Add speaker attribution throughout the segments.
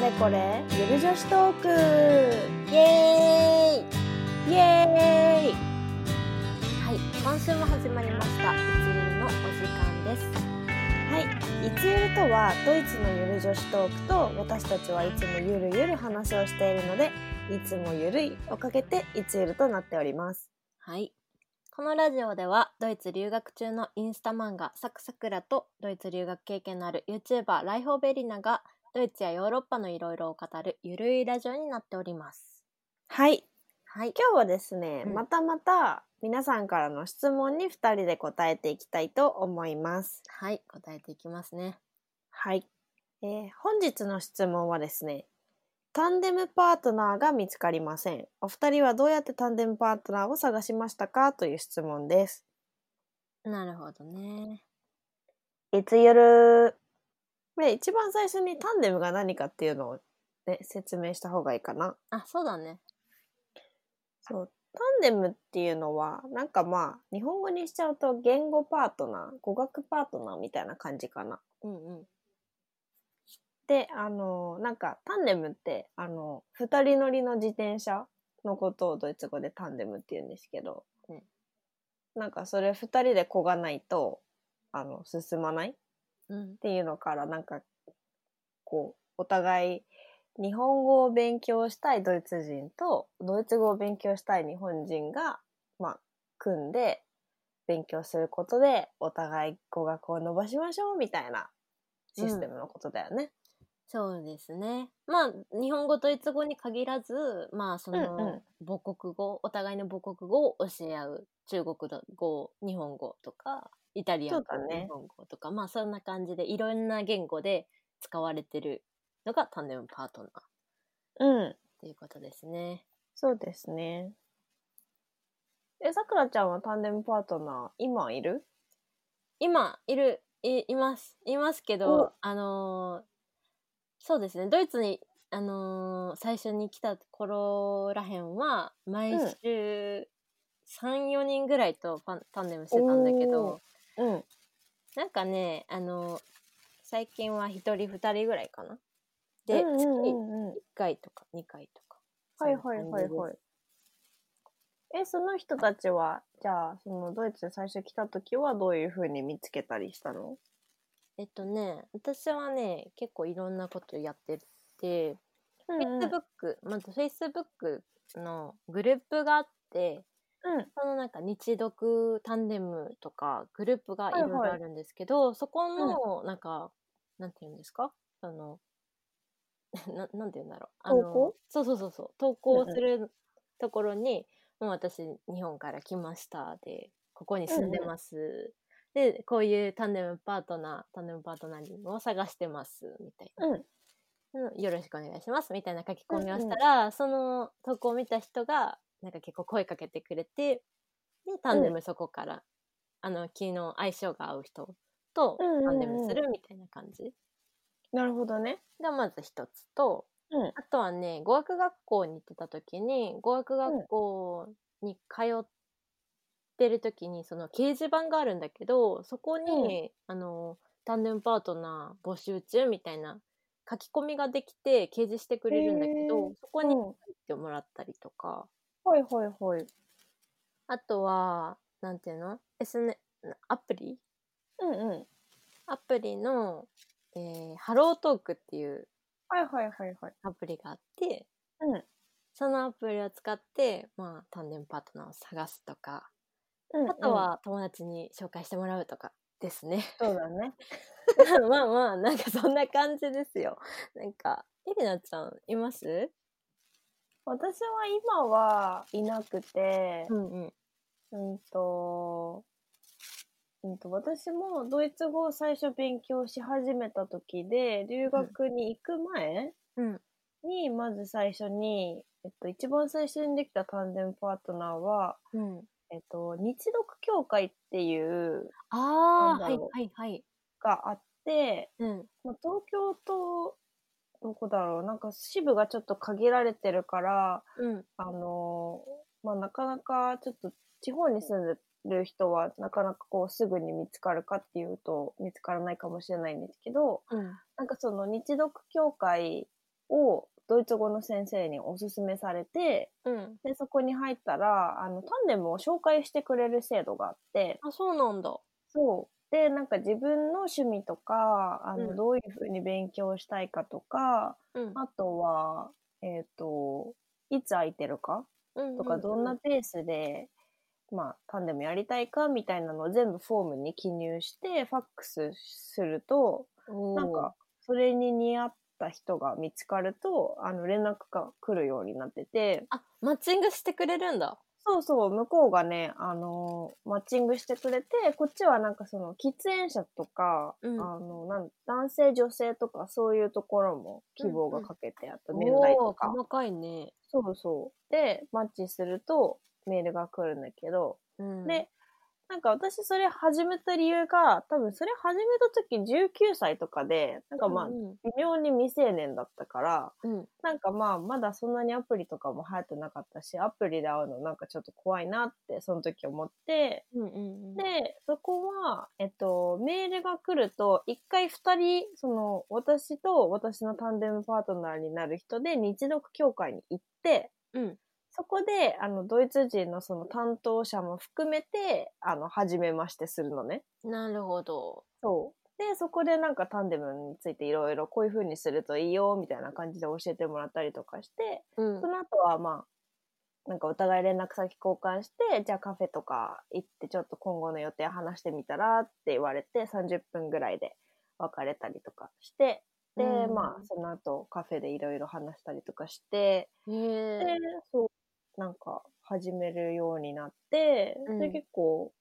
Speaker 1: れこれゆる女子トーク
Speaker 2: イエーイ
Speaker 1: イエーイ
Speaker 2: はい、今週も始まりました。一流のお時間です。
Speaker 1: はい、いつゆるとはドイツのゆる女子トークと私たちはいつもゆるゆる話をしているのでいつもゆるいをかけていつゆるとなっております
Speaker 2: はい。このラジオでは、ドイツ留学中のインスタ漫画サクサクラと、ドイツ留学経験のある YouTuber ライホーベリナが、ドイツやヨーロッパのいろいろを語るゆるいラジオになっております。
Speaker 1: はい、
Speaker 2: はい。
Speaker 1: 今日はですね、
Speaker 2: うん
Speaker 1: またまた皆さんからの質問に二人で答えていきたいと思います
Speaker 2: はい、答えていきますね。
Speaker 1: はい、えー本日の質問はですねタンデムパートナーが見つかりませんお二人はどうやってタンデムパートナーを探しましたかという質問です
Speaker 2: なるほどね。
Speaker 1: いつゆるで一番最初にタンデムが何かっていうのを、ね、説明した方がいいかな
Speaker 2: あ、そうだね。
Speaker 1: そうタンデムっていうのはなんかまあ日本語にしちゃうと言語パートナー語学パートナーみたいな感じかな
Speaker 2: うんうん。
Speaker 1: であのなんかタンデムってあの2人乗りの自転車のことをドイツ語でタンデムって言うんですけど、
Speaker 2: うん
Speaker 1: なんかそれ2人で漕がないとあの進まないっ
Speaker 2: うん。
Speaker 1: ていうのからなんかこうお互い日本語を勉強したいドイツ人とドイツ語を勉強したい日本人が、まあ、組んで勉強することでお互い語学を伸ばしましょうみたいなシステムのことだよね。
Speaker 2: そうですね。まあ、日本語、ドイツ語に限らず、まあ、その、
Speaker 1: うんうん
Speaker 2: 母国語、お互いの母国語を教え合う。中国語、日本語とか、イタリア語、
Speaker 1: そうだね
Speaker 2: 日本語とか、まあ、そんな感じで、いろんな言語で使われてるのがタンデムパートナーっ
Speaker 1: うん
Speaker 2: ていうことですね。
Speaker 1: そうですね。え、さくらちゃんはタンデムパートナー、今いる
Speaker 2: 今、いる、い、います。いますけ
Speaker 1: お
Speaker 2: ど、あのーそうですね。ドイツに、あのー最初に来た頃らへんは、毎週3、4人ぐらいとパンタンデムしてたんだけ
Speaker 1: おー
Speaker 2: ど、
Speaker 1: うん。
Speaker 2: なんかね、あの、最近は一人二人ぐらいかな。で、
Speaker 1: うん
Speaker 2: 月
Speaker 1: うん
Speaker 2: 1
Speaker 1: うんうん
Speaker 2: 回とか2回とか。
Speaker 1: はいはいはい
Speaker 2: そんな
Speaker 1: は
Speaker 2: 感
Speaker 1: い。え、その人たちは、じゃあ、そのドイツ最初来た時はどういうふうに見つけたりしたの
Speaker 2: じです。えっとね、私はね、結構いろんなことやってて、
Speaker 1: う
Speaker 2: Facebook、まず Facebook のグループがあって、
Speaker 1: うん。
Speaker 2: そのなんか日読タンデムとかグループがいろい
Speaker 1: はい
Speaker 2: ろ
Speaker 1: は
Speaker 2: あ
Speaker 1: い
Speaker 2: るんですけど、そこの、なんか、なんて言うんですかあの、 ななんて言うんだろう。あの
Speaker 1: 投稿
Speaker 2: そうそうそうそう。投稿するところに、もう私日本から来ましたで、ここに住んでます。で、こういうタンデムパートナー、タンデムパートナーを探してます、みたいな。
Speaker 1: うん。
Speaker 2: うんよろしくお願いしますみたいな書き込みをしたら、その投稿を見た人がなんか結構声かけてくれてでタンデムそこから、あの昨日相性が合う人と
Speaker 1: うんうんうん
Speaker 2: タンデムするみたいな感じ
Speaker 1: なるほどね。
Speaker 2: がまず一つと
Speaker 1: うん。
Speaker 2: あとはね語学学校に行ってた時に語学学校に通ってる時にその掲示板があるんだけどそこに、あのタンデムパートナー募集中みたいな書き込みができて掲示してくれるんだけ
Speaker 1: へー
Speaker 2: どそこ
Speaker 1: う
Speaker 2: に
Speaker 1: ん
Speaker 2: 入ってもらったりとか
Speaker 1: はいはいはい。
Speaker 2: あとはなんていうの SN アプリ
Speaker 1: うんうん。
Speaker 2: アプリの、えーハロートークっていう
Speaker 1: はいはいはいはい。
Speaker 2: アプリがあって、
Speaker 1: うん
Speaker 2: そのアプリを使って、まあ、タンデムパートナーを探すとか、
Speaker 1: うんうん
Speaker 2: あと、は友達に紹介してもらうとかですね。
Speaker 1: そうだね。
Speaker 2: まあまあ、なんかそんな感じですよ。なんか、エリナちゃん、います
Speaker 1: 私は今はいなくて、
Speaker 2: んうん。
Speaker 1: うんと、うんと、私もドイツ語を最初勉強し始めた時で、留学に行く前
Speaker 2: うん。
Speaker 1: に、まず最初に、えっと、一番最初にできたタンデムパートナーは、
Speaker 2: うん。
Speaker 1: えっと、日読協会っていう
Speaker 2: あ
Speaker 1: なん
Speaker 2: あ、は
Speaker 1: だ
Speaker 2: い
Speaker 1: ろ
Speaker 2: はいはい。
Speaker 1: があって、
Speaker 2: うん。
Speaker 1: まあ、東京と、どこだろう、なんか支部がちょっと限られてるから、
Speaker 2: うん。
Speaker 1: あのーまあ、なかなかちょっと地方に住んでる人はなかなかこうすぐに見つかるかっていうと見つからないかもしれないんですけど
Speaker 2: うん。
Speaker 1: なんかその日読協会をドイツ語の先生におすすめされて、
Speaker 2: うん。
Speaker 1: で、そこに入ったら、あの、タンデムを紹介してくれる制度があって、
Speaker 2: あ、そうなんだ。
Speaker 1: そう。で、なんか自分の趣味とか、あ
Speaker 2: う
Speaker 1: の、
Speaker 2: ん
Speaker 1: どういうふうに勉強したいかとか、
Speaker 2: うん。
Speaker 1: あとは、えっ、と、いつ空いてるかと
Speaker 2: と
Speaker 1: か、どんなペースで、まあ、タンデムやりたいかみたいなのを全部フォームに記入して、ファックスすると、
Speaker 2: な
Speaker 1: なんか、それに似合った人が見つかると、あの、連絡が来るようになってて、
Speaker 2: あ、マッチングしてくれるんだ。
Speaker 1: そうそう、向こうがね、あのーマッチングしてくれて、こっちはなんかその、喫煙者とか、
Speaker 2: うん
Speaker 1: あの、なん男性、女性とか、そういうところも希望がかけてあった、年代と
Speaker 2: お
Speaker 1: か
Speaker 2: ー。細かいね。
Speaker 1: そうそう。で、マッチすると、メールが来るんだけど、
Speaker 2: うん
Speaker 1: で、なんか私それ始めた理由が、多分それ始めた時19歳とかで、なんかまあ
Speaker 2: う、ん
Speaker 1: 微妙に未成年だったから、
Speaker 2: うん。
Speaker 1: なんかまあ、まだそんなにアプリとかも流行ってなかったし、アプリで会うのなんかちょっと怖いなって、その時思って、
Speaker 2: うんうんうん。
Speaker 1: で、そこは、えっと、メールが来ると、一回二人、その、私と私のタンデムパートナーになる人で、日読協会に行って、
Speaker 2: うん。
Speaker 1: そこで、あの、ドイツ人のその担当者も含めて、あの、初めましてするのね。
Speaker 2: なるほど。
Speaker 1: そう。で、そこでなんかタンデムについていろいろこういう風にするといいよ、みたいな感じで教えてもらったりとかして、
Speaker 2: うん
Speaker 1: そ。の後はまあ、なんかお互い連絡先交換して、じゃあカフェとか行ってちょっと今後の予定話してみたらって言われて30分ぐらいで別れたりとかして、で、
Speaker 2: うん
Speaker 1: まあその後カフェでいろいろ話したりとかして、
Speaker 2: へ
Speaker 1: で
Speaker 2: え。、
Speaker 1: そう、なんか始めるようになって、
Speaker 2: うん
Speaker 1: で結構、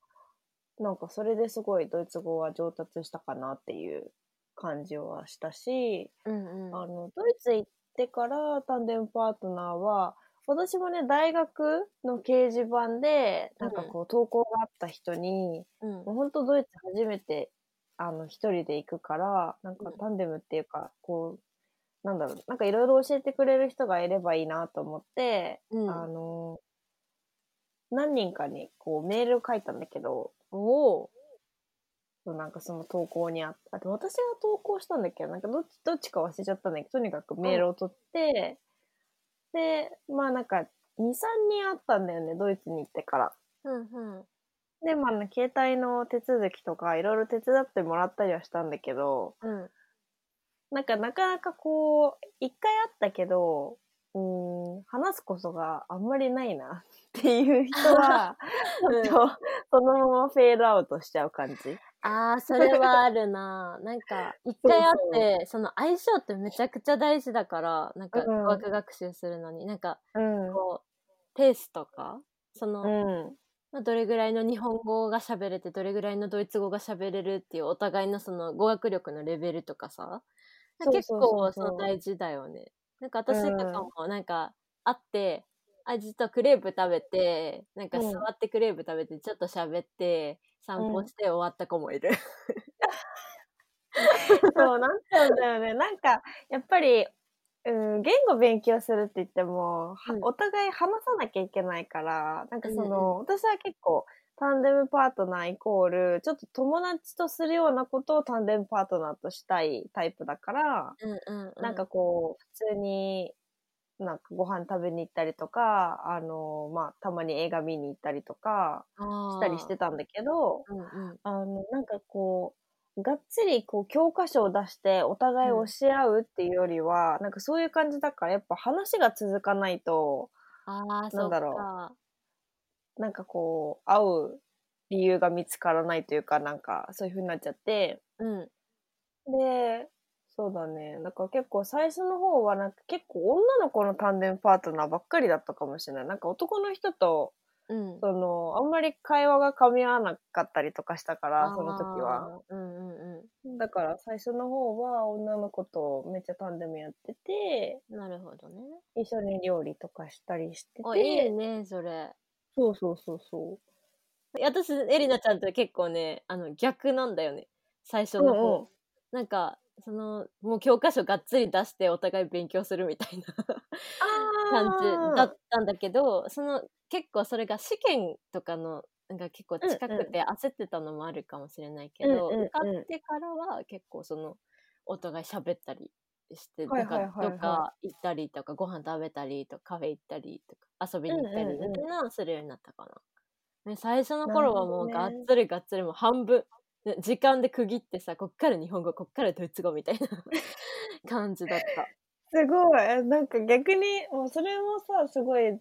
Speaker 1: なんかそれですごいドイツ語は上達したかなっていう感じはしたし、
Speaker 2: うん
Speaker 1: あ
Speaker 2: うん。
Speaker 1: の、ドイツ行ってからタンデムパートナーは、私もね、大学の掲示板で、なんかこう、投稿があった人に、
Speaker 2: うん
Speaker 1: もう本当ドイツ初めて、あの、一人で行くから、なんか
Speaker 2: うん
Speaker 1: タンデムっていうか、こう、なんだろう、なんかいろいろ教えてくれる人がいればいいなと思って、
Speaker 2: うん
Speaker 1: あの、何人かにこうメールを書いたんだけど、
Speaker 2: おー
Speaker 1: そうなんかその投稿にああと私が投稿したんだっけどなんかどっちどっちか忘れちゃったんだけどとにかくメールを取って、でまあなんか23人あったんだよねドイツに行ってから
Speaker 2: うんうん。
Speaker 1: でまあね携帯の手続きとかいろいろ手伝ってもらったりはしたんだけど
Speaker 2: うん。
Speaker 1: なんかなかなかこう一回あったけどうーん話すことがあんまりないなっていう人は、
Speaker 2: う ん
Speaker 1: ちょっと そのままフェードアウトしちゃう感じ
Speaker 2: ああ、それはあるな。なんか、一
Speaker 1: そう
Speaker 2: 回会って、その相性ってめちゃくちゃ大事だから、なんか、
Speaker 1: うん
Speaker 2: 語学学習するのに、なんか、
Speaker 1: うん
Speaker 2: こう、ペースとか、その、
Speaker 1: うん
Speaker 2: まあ、どれぐらいの日本語が喋れてどれぐらいのドイツ語が喋れるっていうお互いのその語学力のレベルとかさ
Speaker 1: そうそう
Speaker 2: 結構そ
Speaker 1: そうそう
Speaker 2: の大事だよね。なんか私とか
Speaker 1: う
Speaker 2: もなんか会って、あ実はクレープ食べてなんか
Speaker 1: う
Speaker 2: 座
Speaker 1: ん
Speaker 2: ってクレープ食べてちょっと喋って散歩して終わった子もいる。
Speaker 1: そうなっちゃうんだよね。 なんか、やっぱり、うん、言語勉強するって言っても、は
Speaker 2: うん
Speaker 1: お互い話さなきゃいけないから、なんかそ
Speaker 2: うん
Speaker 1: の、私は結構、タンデムパートナーイコール、ちょっと友達とするようなことをタンデムパートナーとしたいタイプだから、
Speaker 2: うんうんうん
Speaker 1: なんかこう、普通に、なんかご飯食べに行ったりとか、あの、まあ、たまに映画見に行ったりとか、
Speaker 2: あー
Speaker 1: したりしてたんだけど、
Speaker 2: うんうん
Speaker 1: あの、なんかこう、がっつりこう教科書を出してお互い
Speaker 2: うん
Speaker 1: 教え合うっていうよりは、なんかそういう感じだからやっぱ話が続かないと、
Speaker 2: あー
Speaker 1: な
Speaker 2: そ
Speaker 1: ん
Speaker 2: う
Speaker 1: だろう
Speaker 2: か
Speaker 1: なんかこう、会う理由が見つからないというか、なんかそういう風になっちゃって、
Speaker 2: うん
Speaker 1: で、そうだね。だから結構最初の方はなんか結構女の子のタンデムパートナーばっかりだったかもしれない。なんか男の人と、
Speaker 2: うん
Speaker 1: その、あんまり会話が噛み合わなかったりとかしたから、その時は。
Speaker 2: あーうんうんう
Speaker 1: だから最初の方は女の子とめっちゃタンデムやってて、
Speaker 2: んなるほどね
Speaker 1: 一緒に料理とかしたりして
Speaker 2: お
Speaker 1: て。
Speaker 2: いいねそれ
Speaker 1: そうそうそうそ
Speaker 2: いや私エリナちゃんと結構ねあの逆なんだよね最初
Speaker 1: う。
Speaker 2: の方、なんかそのもう教科書がっつり出してお互い勉強するみたいな
Speaker 1: あ
Speaker 2: 感じ
Speaker 1: ー
Speaker 2: だったんだけどその結構それが試験とかのなんか結構近
Speaker 1: うんう
Speaker 2: く
Speaker 1: ん
Speaker 2: て焦ってたのもあるかもしれないけど、
Speaker 1: うんうんうん
Speaker 2: 受かってからは結構そのお互い喋ったりして、
Speaker 1: はい
Speaker 2: なん
Speaker 1: はいはい
Speaker 2: か
Speaker 1: はい
Speaker 2: どっか行ったりとか、ご飯食べたりとか、カフェ行ったりとか、遊びに行ったりみたいなのをするようになったかな。ね、最初の頃はもう
Speaker 1: な
Speaker 2: が
Speaker 1: るほ
Speaker 2: っ
Speaker 1: どね
Speaker 2: つりがっつりもう半分、ね時間で区切ってさ、こっから日本語、こっからドイツ語みたいな 感じだった。
Speaker 1: すごい。えなんか逆に、もうそれもさ、すごい、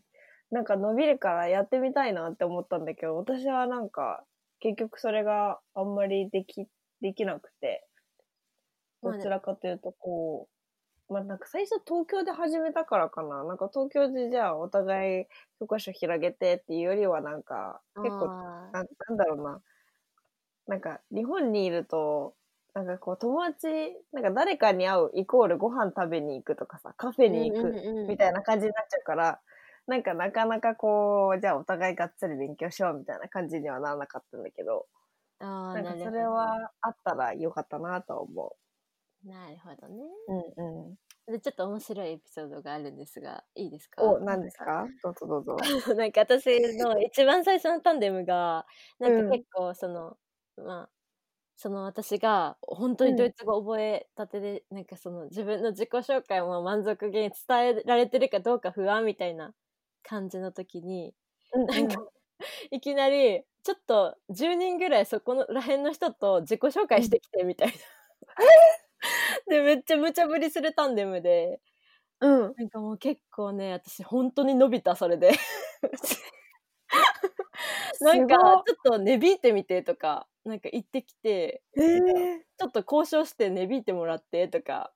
Speaker 1: なんか伸びるからやってみたいなって思ったんだけど、私はなんか、結局それがあんまりでき、できなくて、
Speaker 2: ま
Speaker 1: ど
Speaker 2: あね
Speaker 1: ちらかというとこう、まあなんか最初東京で始めたからかな。なんか東京でじゃあお互い教科書広げてっていうよりはなんか、 結構
Speaker 2: あー
Speaker 1: なんなんだろうな。なんか、日本にいると、なんかこう、友達、なんか誰かに会うイコールご飯食べに行くとかさ、カフェに行
Speaker 2: うん
Speaker 1: く
Speaker 2: うんうん
Speaker 1: みたいな感じになっちゃうから、なんかなかなかこう、じゃあお互いがっつり勉強しようみたいな感じにはならなかったんだけど、
Speaker 2: あ
Speaker 1: な
Speaker 2: ー
Speaker 1: んか
Speaker 2: なる
Speaker 1: そ
Speaker 2: ほ
Speaker 1: れ
Speaker 2: ど
Speaker 1: はあったらよかったなとは思
Speaker 2: なるほどね。
Speaker 1: う。うんうん。
Speaker 2: で、ちょっと面白いエピソードがあるんですが、いいですか
Speaker 1: お、何ですかどうぞどうぞ。
Speaker 2: なんか私の一番最初のタンデムが、なん
Speaker 1: うん
Speaker 2: か結構その、まあ、その私が本当にドイツ語覚えたてで、なんかその自分の自己紹介も満足げに伝えられてるかどうか不安みたいな感じの時に、なんかいきなり、ちょっと10人ぐらいそこのらへんの人と自己紹介してきてみたいな。 で、めっちゃ無茶ぶりするタンデムで、
Speaker 1: うん。うん。
Speaker 2: なんかもう結構ね、私本当に伸びた、それで。なんか、ちょっと値引いてみてとか、なんか行ってきて、
Speaker 1: すごい、え
Speaker 2: ちょっと交渉して値引いてもらってとか、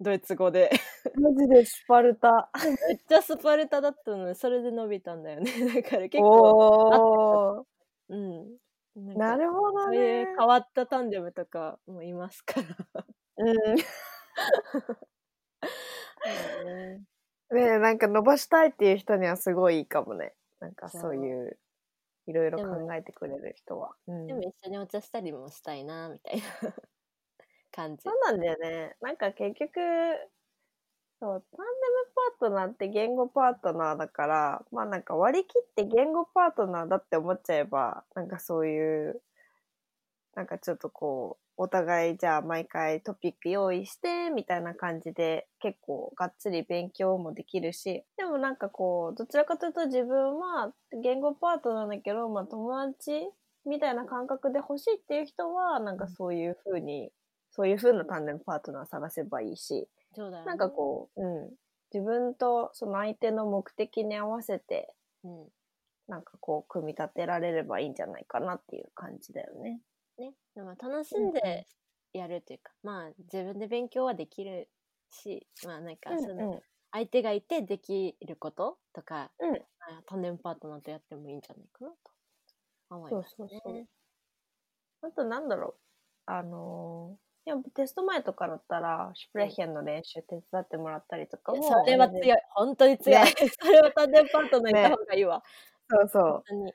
Speaker 2: ドイツ 語で。
Speaker 1: ー、マジでスパルタ。
Speaker 2: めっちゃスパルタだったのに、それで伸びたんだよね。 だから結構、
Speaker 1: おお
Speaker 2: うん。な
Speaker 1: ー。
Speaker 2: んか
Speaker 1: なるほど
Speaker 2: そう
Speaker 1: ね。
Speaker 2: いう変わったタンデムとかもいますから。
Speaker 1: うん。 ねえ、なんか伸ばしたいっていう人にはすごいいいかもね。なんかそういう、いろいろ
Speaker 2: でも
Speaker 1: 考えてくれる人は。うん
Speaker 2: でも一緒にお茶したりもしたいな、みたいな 感じ
Speaker 1: そう。なんだよね。なんか結局、そう、タンデムパートナーって言語パートナーだから、まあなんか割り切って言語パートナーだって思っちゃえば、なんかそういう、なんかちょっとこう、お互いじゃあ毎回トピック用意して、みたいな感じで結構がっつり勉強もできるし、でもなんかこう、どちらかというと自分は言語パートナーだけど、まあ友達みたいな感覚で欲しいっていう人は、なんかそういう風にそういう風なタンデムパートナー探せばいいし、
Speaker 2: そうだよね
Speaker 1: なんかこう、うん、自分とその相手の目的に合わせて、
Speaker 2: うん。
Speaker 1: なんかこう、組み立てられればいいんじゃないかなっていう感じだよね。
Speaker 2: ね、でも楽しんでやるというか、まあ自分で勉強はできるし、まあなんかその
Speaker 1: うん
Speaker 2: 相手がいてできることとか、
Speaker 1: うん
Speaker 2: まあ、タンデムパートナーとやってもいいんじゃないかなと思いますね。
Speaker 1: そうそうそうあとなんだろう、あのー、やっぱテスト前とかだったら、シュプレヒェンの練習手伝ってもらったりとか
Speaker 2: いや
Speaker 1: も。
Speaker 2: それは強い。本当に強い。
Speaker 1: ね
Speaker 2: それはタンデムパートナーいた方がいいわ。
Speaker 1: そうそう。
Speaker 2: 本当に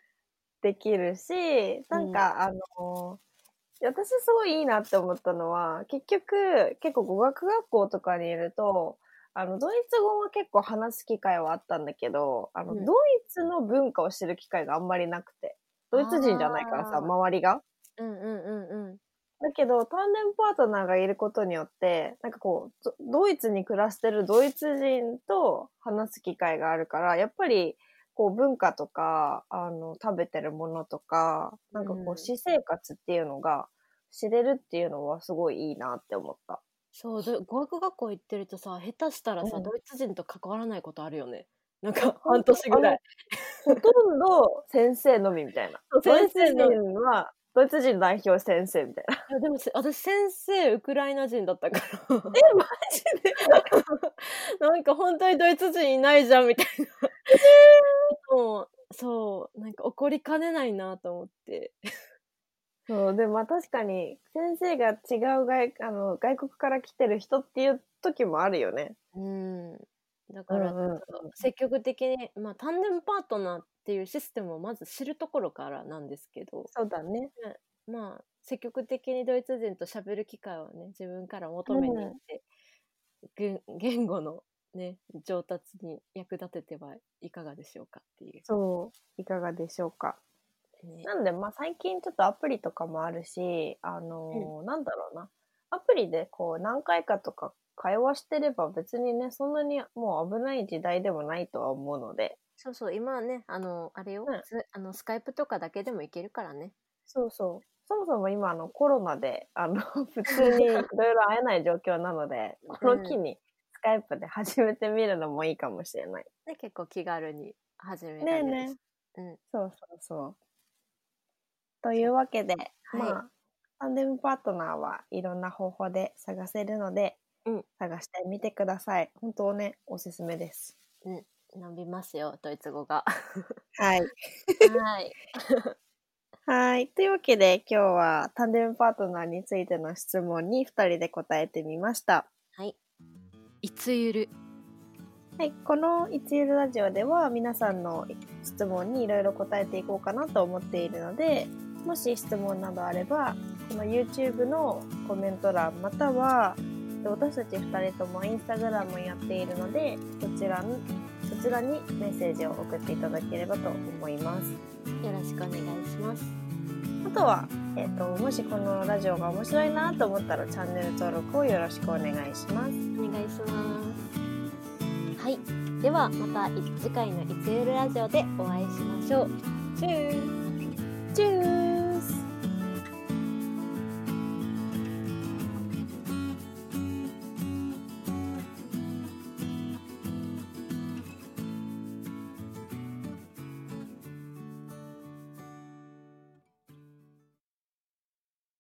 Speaker 1: できるし、なんか、あの、私すごいいいなって思ったのは、結局、結構語学学校とかにいると、あの、ドイツ語は結構話す機会はあったんだけど、あの、
Speaker 2: うん
Speaker 1: ドイツの文化を知る機会があんまりなくて。ドイツ人じゃないからさ、
Speaker 2: あー
Speaker 1: 周りが。
Speaker 2: うんうんうんうん。
Speaker 1: だけど、単年パートナーがいることによって、なんかこう、ドドイツに暮らしてるドイツ人と話す機会があるから、やっぱり、こう、文化とか、あの、食べてるものとか、なんかこ
Speaker 2: うん
Speaker 1: う、私生活っていうのが知れるっていうのはすごいいいなって思った。
Speaker 2: そう、ど語学学校行ってるとさ、下手したらさ、
Speaker 1: うん
Speaker 2: ドイツ人と関わらないことあるよね。なんか半年ぐらい。
Speaker 1: ほとんど先生のみみたいな
Speaker 2: そう。
Speaker 1: ドイツ
Speaker 2: 先生の
Speaker 1: 人は、ドイツ人代表先生みたいな。
Speaker 2: いやでもせ私先生ウクライナ人だったから
Speaker 1: え、マジで
Speaker 2: なんか本当にドイツ人いないじゃんみたいなもうそうなんか怒りかねないなと思って
Speaker 1: そう、でもまあ確かに先生が違う外あの外国から来てる人っていう時もあるよね。
Speaker 2: うんだから、
Speaker 1: うんうんうん
Speaker 2: 積極的にまあタンデムパートナーっていうシステムをまず知るところからなんですけど
Speaker 1: そうだね。
Speaker 2: まあ積極的にドイツ人と喋る機会をね自分から求めに行って、言言語のね上達に役立ててはいかがでしょうかっていう。
Speaker 1: そう。いかがでしょうか。
Speaker 2: ね
Speaker 1: なんでまあ最近ちょっとアプリとかもあるし、あのーなんだろうな。アプリでこう何回かとか会話してれば別にね、そんなにもう危ない時代でもないとは思うので。
Speaker 2: そうそう、今はね、あの、あれよ、
Speaker 1: うん
Speaker 2: つあのスカイプとかだけでもいけるからね。
Speaker 1: そうそう。そもそも今あのコロナで、あ の、普通にいろいろ会えない状況なので、この機にスカイプで始めてみるのもいいかもしれない。
Speaker 2: ね、結構気軽に始め
Speaker 1: ね
Speaker 2: ら
Speaker 1: え
Speaker 2: れるし。
Speaker 1: ね
Speaker 2: うん、
Speaker 1: そうそうそう。というわけで、まあ、タンデムパートナーはいろんな方法で探せるので、
Speaker 2: うん
Speaker 1: 探してみてください。本当ね、おすすめです。
Speaker 2: 伸びますよ、ドイツ語が。
Speaker 1: はい。
Speaker 2: はい。
Speaker 1: はい。というわけで、今日はタンデムパートナーについての質問に2人で答えてみました。
Speaker 2: はい。いつゆる。
Speaker 1: はい、この「いつゆるラジオ」では皆さんの質問にいろいろ答えていこうかなと思っているのでもし質問などあればこの YouTube のコメント欄またはで私たち2人とも Instagram をやっているのでそちらにそちらにメッセージを送っていただければと思います。
Speaker 2: よろしくお願いします。
Speaker 1: あとは、えっともしこのラジオが面白いなと思ったらチャンネル登録をよろしくお願いします。
Speaker 2: お願いします。はい。では、また次回のいつゆるラジオでお会いしましょう。チュー
Speaker 1: チュー